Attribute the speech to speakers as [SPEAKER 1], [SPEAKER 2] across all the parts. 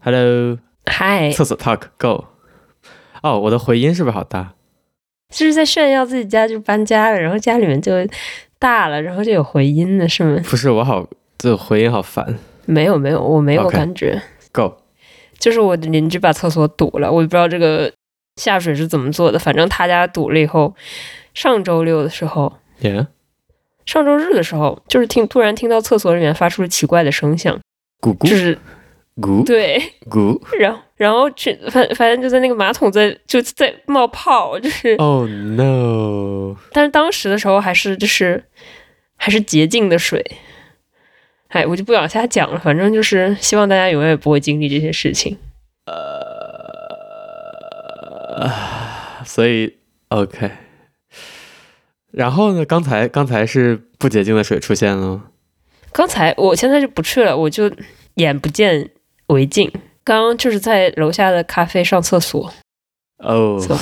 [SPEAKER 1] Hello，
[SPEAKER 2] 嗨，
[SPEAKER 1] 厕所 Talk Go。哦，我的回音是不是好大？
[SPEAKER 2] 就是在炫耀自己家就搬家了，然后家里面就大了，然后就有回音了，是吗？
[SPEAKER 1] 不是，我好，这回音好烦。
[SPEAKER 2] 没有没有，我没有
[SPEAKER 1] OK
[SPEAKER 2] 感觉
[SPEAKER 1] Go，
[SPEAKER 2] 就是我的邻居把厕所堵了，我也不知道这个下水是怎么做的，反正他家堵了以后，上周六的时候，
[SPEAKER 1] 耶、
[SPEAKER 2] 上周日的时候，就是听突然听到厕所里面发出了奇怪的声响，
[SPEAKER 1] 咕
[SPEAKER 2] 就
[SPEAKER 1] 咕
[SPEAKER 2] 是
[SPEAKER 1] 咕
[SPEAKER 2] 对，
[SPEAKER 1] 咕。
[SPEAKER 2] 然后然后去反反正就在那个马桶在就在冒泡，就是，
[SPEAKER 1] Oh no！
[SPEAKER 2] 但是当时的时候还是就是还是洁净的水，哎，我就不往下讲了，反正就是希望大家永远不会经历这些事情。
[SPEAKER 1] 所以 OK。然后呢？刚才刚才是不洁净的水出现了吗，
[SPEAKER 2] 刚才我现在就不去了，我就眼不见为净。刚刚就是在楼下的咖啡上厕所，
[SPEAKER 1] 哦、
[SPEAKER 2] So-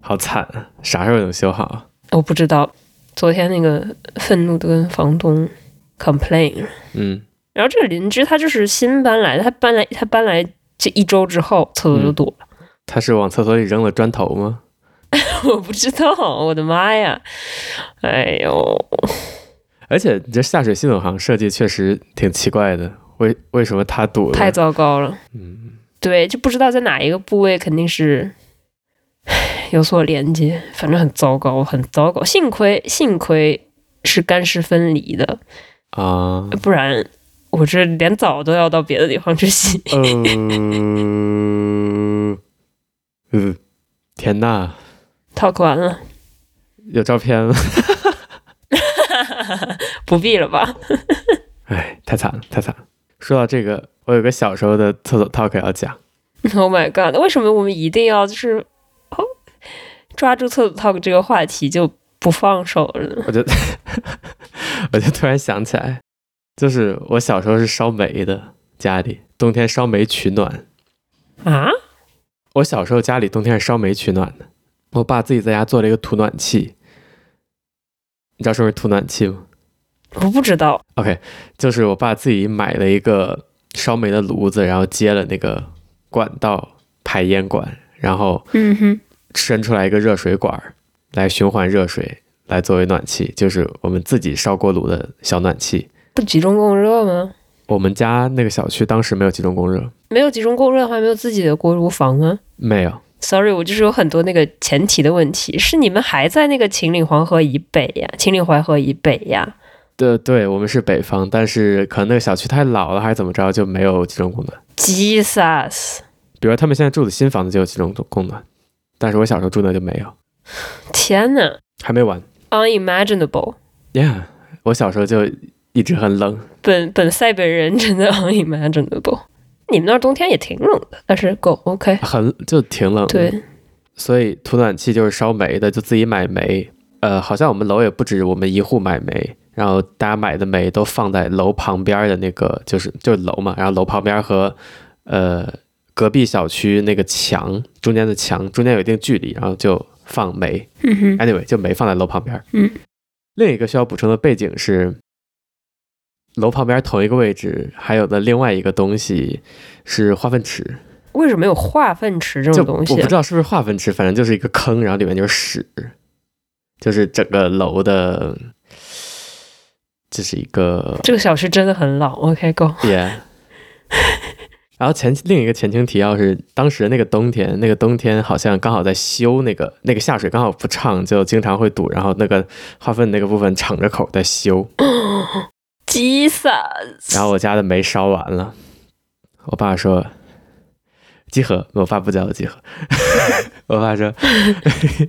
[SPEAKER 1] 好惨！啊啥时候能修好？
[SPEAKER 2] 我不知道昨天那个愤怒的跟房东 complain，
[SPEAKER 1] 嗯，
[SPEAKER 2] 然后这个邻居他就是新搬来的，他搬来他搬来这一周之后，厕所就堵了。
[SPEAKER 1] 他是往厕所里扔了砖头吗？
[SPEAKER 2] 我不知道，我的妈呀！哎呦，
[SPEAKER 1] 而且你这下水系统好像设计确实挺奇怪的，为为什么它堵了？
[SPEAKER 2] 太糟糕了。
[SPEAKER 1] 嗯，
[SPEAKER 2] 对，就不知道在哪一个部位肯定是有所连接，反正很糟糕，很糟糕。幸亏幸亏是干湿分离的，
[SPEAKER 1] 啊，
[SPEAKER 2] 不然我这连澡都要到别的地方去洗。
[SPEAKER 1] 呃，嗯， 天呐，
[SPEAKER 2] talk 完了，
[SPEAKER 1] 有照片了，
[SPEAKER 2] 不必了吧？
[SPEAKER 1] 哎，太惨了，太惨了。说到这个，我有个小时候的厕所 talk 要讲，
[SPEAKER 2] Oh my god！为什么我们一定要就是哦抓住厕所 talk 这个话题就不放手了呢？
[SPEAKER 1] 我就 我就突然想起来，就是我小时候是烧煤的，家里冬天烧煤取暖。
[SPEAKER 2] 啊？
[SPEAKER 1] 我小时候家里冬天是烧煤取暖的，我爸自己在家做了一个土暖气，你知道什么是土暖气吗？
[SPEAKER 2] 我不知道
[SPEAKER 1] OK，就是我爸自己买了一个烧煤的炉子，然后接了那个管道排烟管，然后
[SPEAKER 2] 嗯哼，
[SPEAKER 1] 伸出来一个热水管儿来循环热水，来作为暖气，就是我们自己烧锅炉的小暖气。
[SPEAKER 2] 不集中供热吗？
[SPEAKER 1] 我们家那个小区当时没有集中供热，
[SPEAKER 2] 没有集中供热的话，没有自己的锅炉房啊。
[SPEAKER 1] 没有，
[SPEAKER 2] Sorry，我就是有很多那个前提的问题，是你们还在那个秦岭黄河以北呀，秦岭淮河以北呀。
[SPEAKER 1] 对对，我们是北方，但是可能那个小区太老了还是怎么着，就没有集中供暖。
[SPEAKER 2] Jesus，
[SPEAKER 1] 比如说他们现在住的新房子就有集中供暖，但是我小时候住那就没有，
[SPEAKER 2] 天呐
[SPEAKER 1] 还没完。
[SPEAKER 2] ，unimaginable，
[SPEAKER 1] Yeah，我小时候就一直很冷，
[SPEAKER 2] 本本塞本人真的 unimaginable。你们那儿冬天也挺冷的，但是够 OK。
[SPEAKER 1] 很就挺冷。，
[SPEAKER 2] 对，
[SPEAKER 1] 所以土暖气就是烧煤的，就自己买煤。呃，好像我们楼也不止我们一户买煤，然后大家买的煤都放在楼旁边的那个，就是就是楼嘛，然后楼旁边和呃隔壁小区那个墙中间的墙中间有一定距离，然后就放煤。
[SPEAKER 2] 嗯哼，
[SPEAKER 1] Anyway，就煤放在楼旁边儿。
[SPEAKER 2] 嗯，
[SPEAKER 1] 另一个需要补充的背景是，楼旁边儿同一个位置还有的另外一个东西是化粪池，
[SPEAKER 2] 为什么有化粪池这
[SPEAKER 1] 就
[SPEAKER 2] 种东西
[SPEAKER 1] 我不
[SPEAKER 2] 啊
[SPEAKER 1] 知？道是不是化粪池，反正就是一个坑，然后里面就是屎，就是整个楼的，这是一个
[SPEAKER 2] 这个小区真的很老，OK，够。
[SPEAKER 1] Yeah 然后前另一个前情提要是，当时那个冬天，那个冬天好像刚好在修那个那个下水刚好不畅，就经常会堵，然后那个化粪那个部分敞着口在修，
[SPEAKER 2] Jesus，
[SPEAKER 1] 然后我家的煤烧完了，我爸说集合，我爸不叫我集合， 我爸说，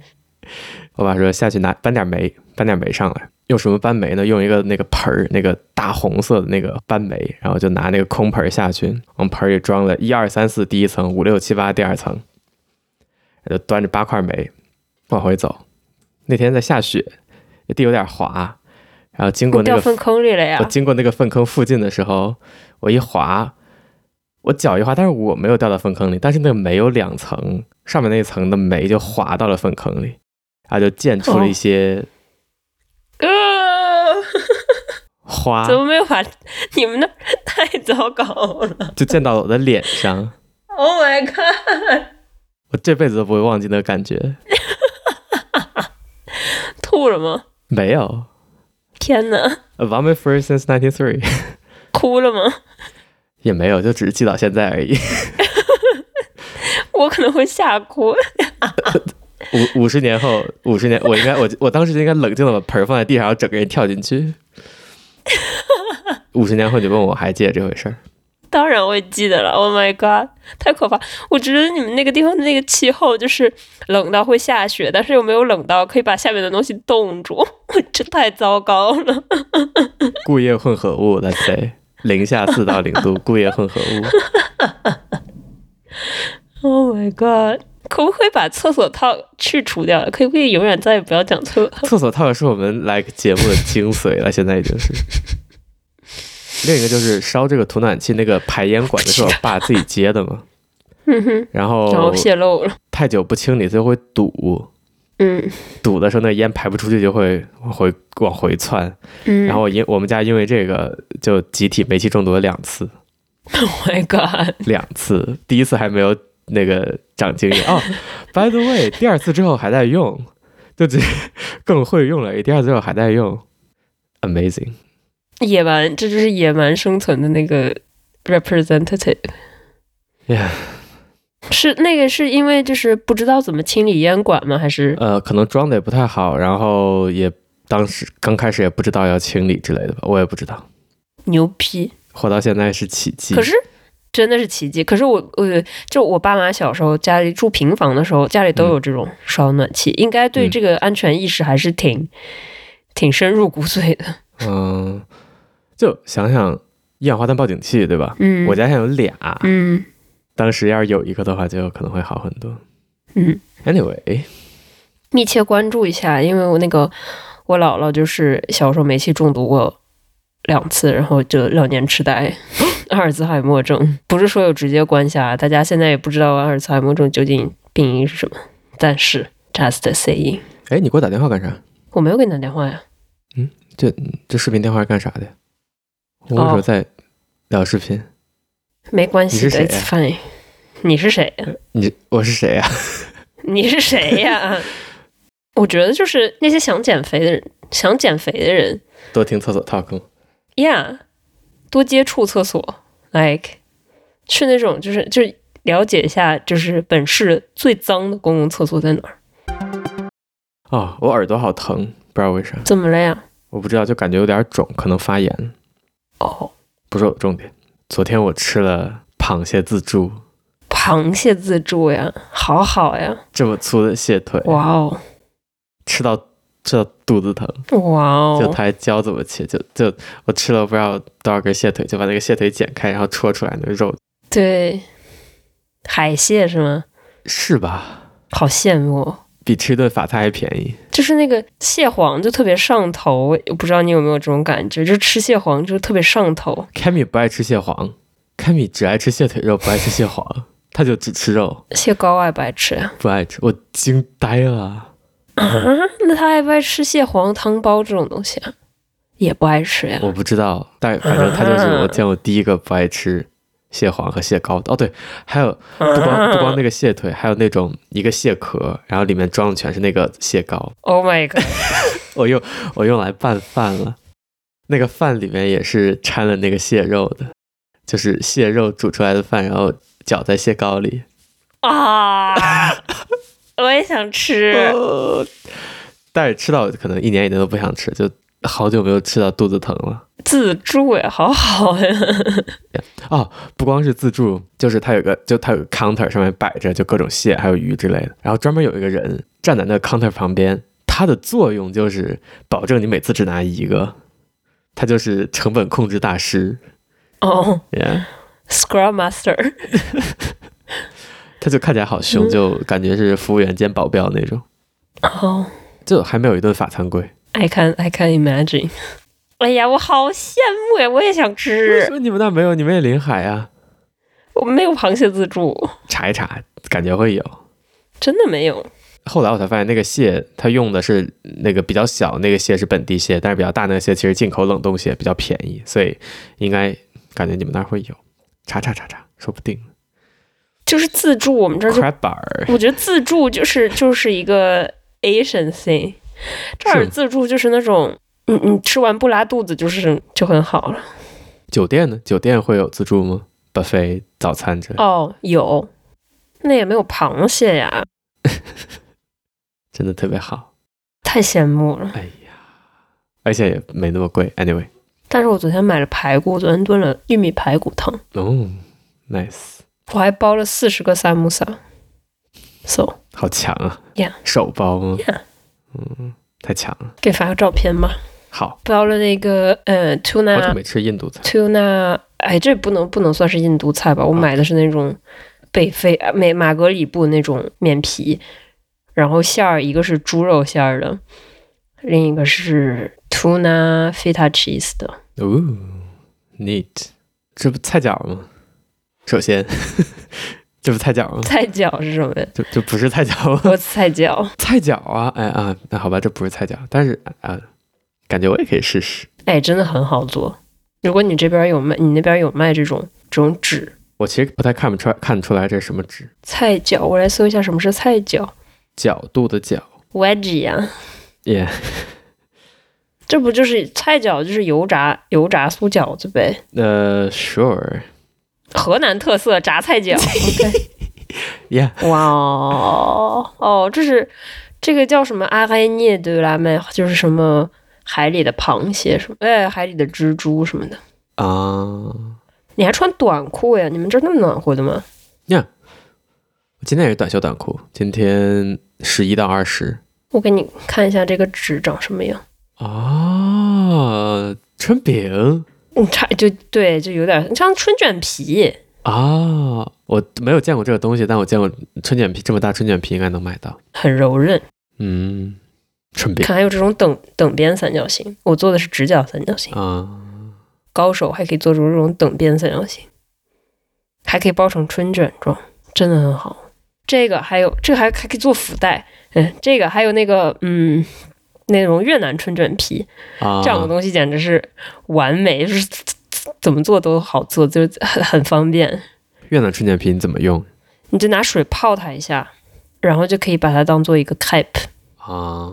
[SPEAKER 1] 我爸说下去拿搬点煤，搬点煤上来。用什么搬煤呢？用一个那个盆儿，那个大红色的那个搬煤，然后就拿那个空盆儿下去，往盆儿里装了一二三四第一层，五六七八第二层，就端着八块煤往回走。那天在下雪，地有点滑，然后经过
[SPEAKER 2] 我
[SPEAKER 1] 那
[SPEAKER 2] 掉
[SPEAKER 1] 个
[SPEAKER 2] 粪坑里了呀
[SPEAKER 1] 我！经过那个粪坑附近的时候，我一滑，我脚一滑，但是我没有掉到粪坑里，但是那个煤有两层，上面那一层的煤就滑到了粪坑啊里，然后就溅出了一些
[SPEAKER 2] 呃，
[SPEAKER 1] 花
[SPEAKER 2] 怎么没有把你们那儿 太糟糕了
[SPEAKER 1] 就溅到了我的脸上，
[SPEAKER 2] ？Oh my god！
[SPEAKER 1] 我这辈子都不会忘记那个感觉。
[SPEAKER 2] 吐了吗？
[SPEAKER 1] 没有
[SPEAKER 2] 天哪！
[SPEAKER 1] ，A vomit free since ninety three，
[SPEAKER 2] 哭了吗？
[SPEAKER 1] 也没有，就只是记到现在而已。
[SPEAKER 2] 我可能会吓哭。
[SPEAKER 1] 五五十年后，五十年，我应该，我我当时就应该冷静的把盆儿放在地上，然后整个人跳进去。五十年后你问我还记得这回事儿，
[SPEAKER 2] 当然我也记得了，Oh my god，太可怕！我觉得你们那个地方的那个气候就是冷到会下雪，但是又没有冷到可以把下面的东西冻住， 我这太糟糕了。
[SPEAKER 1] 固液混合物，Let's say 零下四到零度，固液混合物。
[SPEAKER 2] Oh my god，可不可以把厕所套去除掉？可不可以永远再也不要讲厕所？
[SPEAKER 1] 厕所套也是我们来节目的精髓了，现在已经是。另一个就是烧这个土暖气那个排烟管子是我爸自己接的嘛，
[SPEAKER 2] 嗯哼，
[SPEAKER 1] 然
[SPEAKER 2] 然后
[SPEAKER 1] 后
[SPEAKER 2] 泄露了。
[SPEAKER 1] 太久不清理，它就会堵，
[SPEAKER 2] 嗯
[SPEAKER 1] 堵的时候那烟排不出去就会往回往回窜。
[SPEAKER 2] 嗯，
[SPEAKER 1] 然后因我们家因为这个就集体煤气中毒了两次，
[SPEAKER 2] Oh my god，
[SPEAKER 1] 两次，第一次还没有那个长经验 哦。By the way，第二次之后还在用，就只更会用了，第二次之后还在用，amazing。
[SPEAKER 2] 野蛮，这就是野蛮生存的那个 representative。
[SPEAKER 1] Yeah
[SPEAKER 2] 是那个是因为就是不知道怎么清理烟管吗？还是
[SPEAKER 1] 呃，可能装的也不太好，然后也当时刚开始也不知道要清理之类的吧，我也不知道。
[SPEAKER 2] 牛批？
[SPEAKER 1] 活到现在是奇迹，
[SPEAKER 2] 可是真的是奇迹。可是我我就我爸妈小时候家里住平房的时候，家里都有这种烧暖气，应该对
[SPEAKER 1] 嗯
[SPEAKER 2] 这个安全意识还是挺、挺深入骨髓的。
[SPEAKER 1] 嗯、就想想一氧化碳报警器，对吧？
[SPEAKER 2] 嗯，
[SPEAKER 1] 我家现在有俩，
[SPEAKER 2] 嗯
[SPEAKER 1] 当时要是有一个的话，就可能会好很多。
[SPEAKER 2] 嗯，
[SPEAKER 1] Anyway，
[SPEAKER 2] 密切关注一下，因为我那个我姥姥就是小时候煤气中毒过。两次，然后就老年痴呆， 阿尔兹海默症，不是说有直接关系啊，大家现在也不知道阿尔兹海默症究竟病因是什么，但是 just saying，
[SPEAKER 1] 哎，你给我打电话干啥？
[SPEAKER 2] 我没有给你打电话呀，
[SPEAKER 1] 这视频电话是干啥的？我为什
[SPEAKER 2] 哦
[SPEAKER 1] 么在聊视频？
[SPEAKER 2] 没关
[SPEAKER 1] 你
[SPEAKER 2] 系
[SPEAKER 1] 是谁
[SPEAKER 2] 的，it's fine。你是谁呀？
[SPEAKER 1] 你我是谁呀、
[SPEAKER 2] 你是谁呀？我觉得就是那些想减肥的人，想减肥的人
[SPEAKER 1] 多听厕所 talk 吗？
[SPEAKER 2] ，yeah，多接触厕所，like 去那种就是就是了解一下，就是本市最脏的公共厕所在哪儿？
[SPEAKER 1] 哦，我耳朵好疼，不知道为啥，
[SPEAKER 2] 怎么了呀？
[SPEAKER 1] 我不知道，就感觉有点肿，可能发炎。
[SPEAKER 2] 哦，
[SPEAKER 1] 不是我的重点。昨天我吃了螃蟹自助，
[SPEAKER 2] 螃蟹自助呀，好好呀，
[SPEAKER 1] 这么粗的蟹腿，
[SPEAKER 2] 哇哦，
[SPEAKER 1] 吃到吃到肚子疼，
[SPEAKER 2] 哇
[SPEAKER 1] 就
[SPEAKER 2] 哦，
[SPEAKER 1] 它还教怎么切，就就我吃了不知道多少根蟹腿，就把那个蟹腿剪开，然后戳出来那个肉，
[SPEAKER 2] 对，海蟹是吗？
[SPEAKER 1] 是吧？
[SPEAKER 2] 好羡慕哦。
[SPEAKER 1] 比吃一顿法餐还便宜。
[SPEAKER 2] 就是那个蟹黄就特别上头，我不知道你有没有这种感觉，就吃蟹黄就特别上头。
[SPEAKER 1] Kami 不爱吃蟹黄，Kami 只爱吃蟹腿肉，不爱吃蟹黄， 他就只吃肉，
[SPEAKER 2] 蟹膏啊爱不爱吃呀？
[SPEAKER 1] 不爱吃。我惊呆了，
[SPEAKER 2] 那他爱不爱吃蟹黄汤包这种东西啊？也不爱吃呀。
[SPEAKER 1] 我不知道，但反正他就是我见过第一个不爱吃蟹黄和蟹膏的。哦，对，还有不 光不光那个蟹腿，还有那种一个蟹壳，然后里面装的全是那个蟹膏，
[SPEAKER 2] Oh my god！
[SPEAKER 1] 我用我用来拌饭了。那个饭里面也是掺了那个蟹肉的，就是蟹肉煮出来的饭，然后搅在蟹膏里。
[SPEAKER 2] 啊，我也 想吃。
[SPEAKER 1] 呃但是吃到可能一年以内都不想吃，就好久没有吃到肚子疼了。
[SPEAKER 2] 自助呀，好好呀。
[SPEAKER 1] 哦，不光是自助，就是它有个，就它有个 counter 上面摆着就各种蟹还有鱼之类的，然后专门有一个人站在那个 counter 旁边，它的作用就是保证你每次只拿一个，他就是成本控制大师，
[SPEAKER 2] 哦、
[SPEAKER 1] yeah.
[SPEAKER 2] s c r u b Master，
[SPEAKER 1] 他就看起来好凶，就感觉是服务员兼保镖那种，
[SPEAKER 2] 哦、
[SPEAKER 1] 就还没有一顿法餐贵。
[SPEAKER 2] i can I can imagine。哎呀，我好羡慕呀，我也想
[SPEAKER 1] 为
[SPEAKER 2] 吃
[SPEAKER 1] 什。么你们那没有？你们也临海啊？
[SPEAKER 2] 我没有螃蟹自助，
[SPEAKER 1] 查一查，感觉会有。
[SPEAKER 2] 真的没有。
[SPEAKER 1] 后来我才发现，那个蟹它用的是那个比较小那个蟹是本地蟹，但是比较大那个蟹其实进口冷冻蟹比较便宜，所以应该感觉你们那儿会有。查查查查，说不定
[SPEAKER 2] 就是自助，我们这儿就
[SPEAKER 1] crab bar
[SPEAKER 2] 我觉得自助就是就是一个 Asian thing，这儿自助就是那种，嗯嗯，吃完不拉肚子就是就很好了。
[SPEAKER 1] 酒店呢？酒店会有自助吗？buffet 早餐这
[SPEAKER 2] 哦，有，那也没有螃蟹呀，
[SPEAKER 1] 真的特别好，
[SPEAKER 2] 太羡慕了。
[SPEAKER 1] 哎呀，而且也没那么贵。Anyway，
[SPEAKER 2] 但是我昨天买了排骨，昨天炖了玉米排骨汤，
[SPEAKER 1] 哦，nice，
[SPEAKER 2] 我还包了四十个萨姆萨，so
[SPEAKER 1] 好强啊
[SPEAKER 2] Yeah
[SPEAKER 1] 手包吗
[SPEAKER 2] Yeah
[SPEAKER 1] 嗯，太强了。
[SPEAKER 2] 给发个照片吧。
[SPEAKER 1] 好，
[SPEAKER 2] 包了那个呃
[SPEAKER 1] 好久
[SPEAKER 2] tuna
[SPEAKER 1] 没吃印度菜，
[SPEAKER 2] tuna，哎，这不能不能算是印度菜吧？我买的是那种北非啊美马格里布那种面皮，然后馅儿一个是猪肉馅儿的，另一个是 tuna feta cheese 的。
[SPEAKER 1] 哦，neat，这不菜饺吗？首先， 这不菜饺吗？
[SPEAKER 2] 菜饺是什么呀？
[SPEAKER 1] 这这不是菜饺吗？
[SPEAKER 2] 我菜饺，
[SPEAKER 1] 菜饺啊，哎啊，那好吧，这不是菜饺，但是啊，感觉我也可以试试。
[SPEAKER 2] 哎，真的很好做。如果你这边有卖，你那边有卖这种这种纸
[SPEAKER 1] 我其实不太看不出来，看得出来这是什么纸，
[SPEAKER 2] 菜饺，我来搜一下什么是菜饺
[SPEAKER 1] 角度的角，
[SPEAKER 2] wedgie 呀、
[SPEAKER 1] 耶、
[SPEAKER 2] 这不就是菜饺，就是油炸油炸酥饺子呗。
[SPEAKER 1] 呃，sure，
[SPEAKER 2] 河南特色榨菜饺。
[SPEAKER 1] yeah，
[SPEAKER 2] 哇哦，哦，这是这个叫什么阿盖涅对拉麦，就是什么海里的螃蟹什么，哎，海里的蜘蛛什么的。
[SPEAKER 1] 啊，
[SPEAKER 2] 你还穿短裤呀？你们这儿那么暖和的吗？
[SPEAKER 1] 今天也是短袖短裤，今天十一到二十
[SPEAKER 2] 我给你看一下这个纸长什么样。
[SPEAKER 1] 啊，春饼
[SPEAKER 2] 嗯，差就对，就有点像春卷皮。
[SPEAKER 1] 啊，我没有见过这个东西，但我见过春卷皮，这么大春卷皮应该能买到，
[SPEAKER 2] 很柔韧，
[SPEAKER 1] 嗯，春饼
[SPEAKER 2] 看还有这种等等边三角形，我做的是直角三角形，
[SPEAKER 1] 啊，
[SPEAKER 2] 高手还可以做出这种等边三角形，还可以包成春卷状，真的很好。这个还有这个还还可以做福袋，嗯，这个还有那个嗯那种越南春卷皮，
[SPEAKER 1] 啊
[SPEAKER 2] 这两个东西简直是完美，就是怎么做都好做，就是很很方便。
[SPEAKER 1] 越南春卷皮你怎么用
[SPEAKER 2] 你就拿水泡它一下，然后就可以把它当做一个 cape。
[SPEAKER 1] 啊？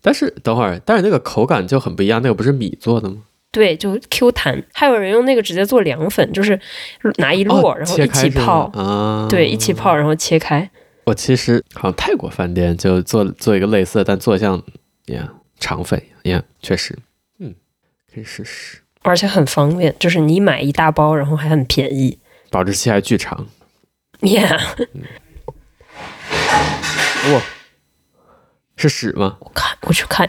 [SPEAKER 1] 但是等会儿，但是那个口感就很不一样，那个不是米做的吗？
[SPEAKER 2] 对，就 Q 弹，还有人用那个直接做凉粉，就是拿一摞，
[SPEAKER 1] 哦
[SPEAKER 2] 然后
[SPEAKER 1] 切
[SPEAKER 2] 一
[SPEAKER 1] 开
[SPEAKER 2] 起
[SPEAKER 1] 是吗
[SPEAKER 2] 泡，
[SPEAKER 1] 啊，
[SPEAKER 2] 对，一起泡，然后切开。
[SPEAKER 1] 我其实好像泰国饭店就做做一个类似的，但做像呀肠粉一样，确实，嗯，可以试试，
[SPEAKER 2] 而且很方便，就是你买一大包，然后还很便宜。
[SPEAKER 1] 保质期还巨长。
[SPEAKER 2] Yeah，
[SPEAKER 1] 哇，是屎 吗？
[SPEAKER 2] 我看，我去看，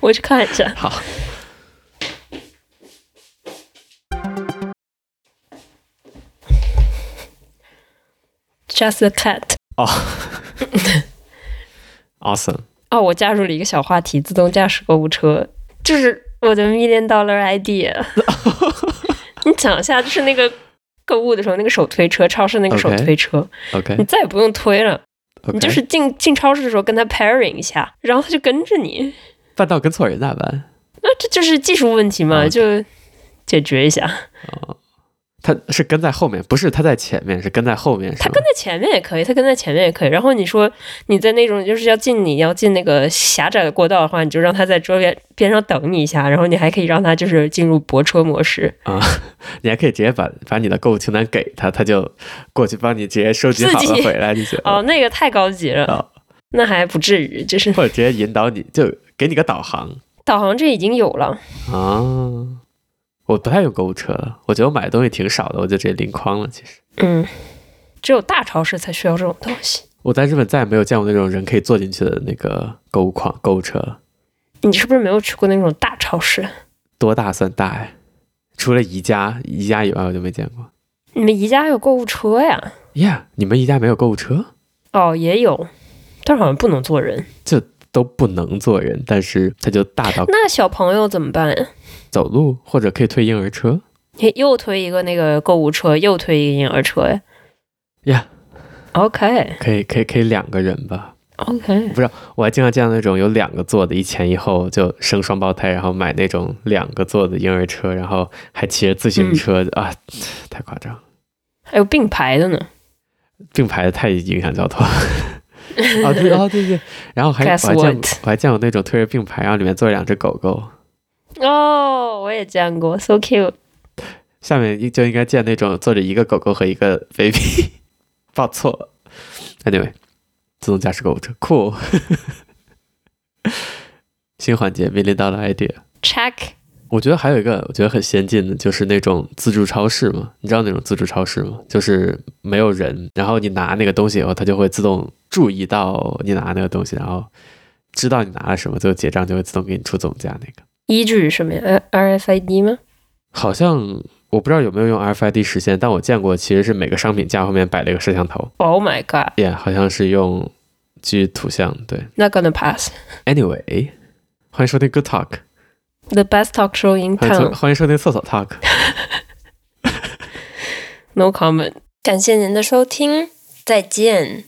[SPEAKER 2] 我去看一下。
[SPEAKER 1] 好，
[SPEAKER 2] Just a cat。
[SPEAKER 1] awesome，
[SPEAKER 2] 哦，我加入了一个小话题：自动驾驶购物车，就是我的 million dollar idea。你想一下，就是那个购物的时候，那个手推车，超市那个手
[SPEAKER 1] OK
[SPEAKER 2] 推车你
[SPEAKER 1] OK，OK，、
[SPEAKER 2] 再也不用推了。你就是进进超市的时候跟他 pairing 一下，然后他就跟着你。
[SPEAKER 1] 半道跟错人咋办？
[SPEAKER 2] 那这就是技术问题嘛
[SPEAKER 1] OK
[SPEAKER 2] 就解决一下。
[SPEAKER 1] 哦，他是跟在后面，不是他在前面，是跟在后面，
[SPEAKER 2] 他
[SPEAKER 1] 是吗
[SPEAKER 2] 跟在前面也可以，他跟在前面也可以。然后你说你在那种就是要进你要进那个狭窄的过道的话，你就让他在周边边上等你一下，然后你还可以让他就是进入泊车模式，
[SPEAKER 1] 啊，你还可以直接把把你的购物清单给他，他就过去帮你直接收集好
[SPEAKER 2] 自
[SPEAKER 1] 了
[SPEAKER 2] 己
[SPEAKER 1] 回来就行了。
[SPEAKER 2] 哦，那个太高级了，
[SPEAKER 1] 哦
[SPEAKER 2] 那还不至于。就是
[SPEAKER 1] 或者直接引导你，就给你个导航
[SPEAKER 2] 导航这已经有了，
[SPEAKER 1] 啊。我不太用购物车了，我觉得我买的东西挺少的，我就直接拎筐了。其实
[SPEAKER 2] 嗯，只有大超市才需要这种东西。
[SPEAKER 1] 我在日本再也没有见过那种人可以坐进去的那个购物筐、购物车了，
[SPEAKER 2] 你是不是没有去过那种大超市？
[SPEAKER 1] 多大算大呀？除了宜家，宜家以外我就没见过。
[SPEAKER 2] 你们宜家有购物车呀？
[SPEAKER 1] Yeah，你们宜家没有购物车，
[SPEAKER 2] 哦，也有，但是好像不能坐人。
[SPEAKER 1] 都不能坐人，但是它就大到
[SPEAKER 2] 那小朋友怎么办呀？
[SPEAKER 1] 走路或者可以推婴儿车。
[SPEAKER 2] 又推一个那个购物车，又推一个婴儿车呀。
[SPEAKER 1] 呀
[SPEAKER 2] OK
[SPEAKER 1] 可以可以可以两个人吧。
[SPEAKER 2] OK，
[SPEAKER 1] 我还经常见到那种有两个座的，一前一后就生双胞胎，然后买那种两个座的婴儿车，然后还骑着自行车、啊，太夸张了，
[SPEAKER 2] 还有并排的呢。
[SPEAKER 1] 并排的太影响交通。哦对哦对对，然后还我
[SPEAKER 2] Guess
[SPEAKER 1] 还见
[SPEAKER 2] what？
[SPEAKER 1] 我还见过那种推着并排，然后里面坐着两只狗狗，
[SPEAKER 2] 哦，我也见过，so cute。
[SPEAKER 1] 下面一就应该见那种坐着一个狗狗和一个 baby，报错了。Anyway，自动驾驶购物车酷。 新环节面临到了 idea，
[SPEAKER 2] Check，
[SPEAKER 1] 我觉得还有一个我觉得很先进的，就是那种自助超市嘛，你知道那种自助超市吗？就是没有人，然后你拿那个东西以后，它就会自动注意到你拿那个东西，然后知道你拿了什么，最后结账就会自动给你出总价那个。
[SPEAKER 2] 依据什么呀？R-？RFID 呃吗？
[SPEAKER 1] 好像我不知道有没有用 RFID 实现，但我见过其实是每个商品架后面摆了一个摄像头，
[SPEAKER 2] Oh my god，
[SPEAKER 1] 也、好像是用基于图像。对
[SPEAKER 2] not gonna pass.
[SPEAKER 1] ，Anyway，欢迎收听 Good Talk，
[SPEAKER 2] The best talk show in
[SPEAKER 1] 欢迎收
[SPEAKER 2] town.
[SPEAKER 1] 欢迎收听厕所 Talk。
[SPEAKER 2] No comment.
[SPEAKER 3] 感谢您的收听，再见。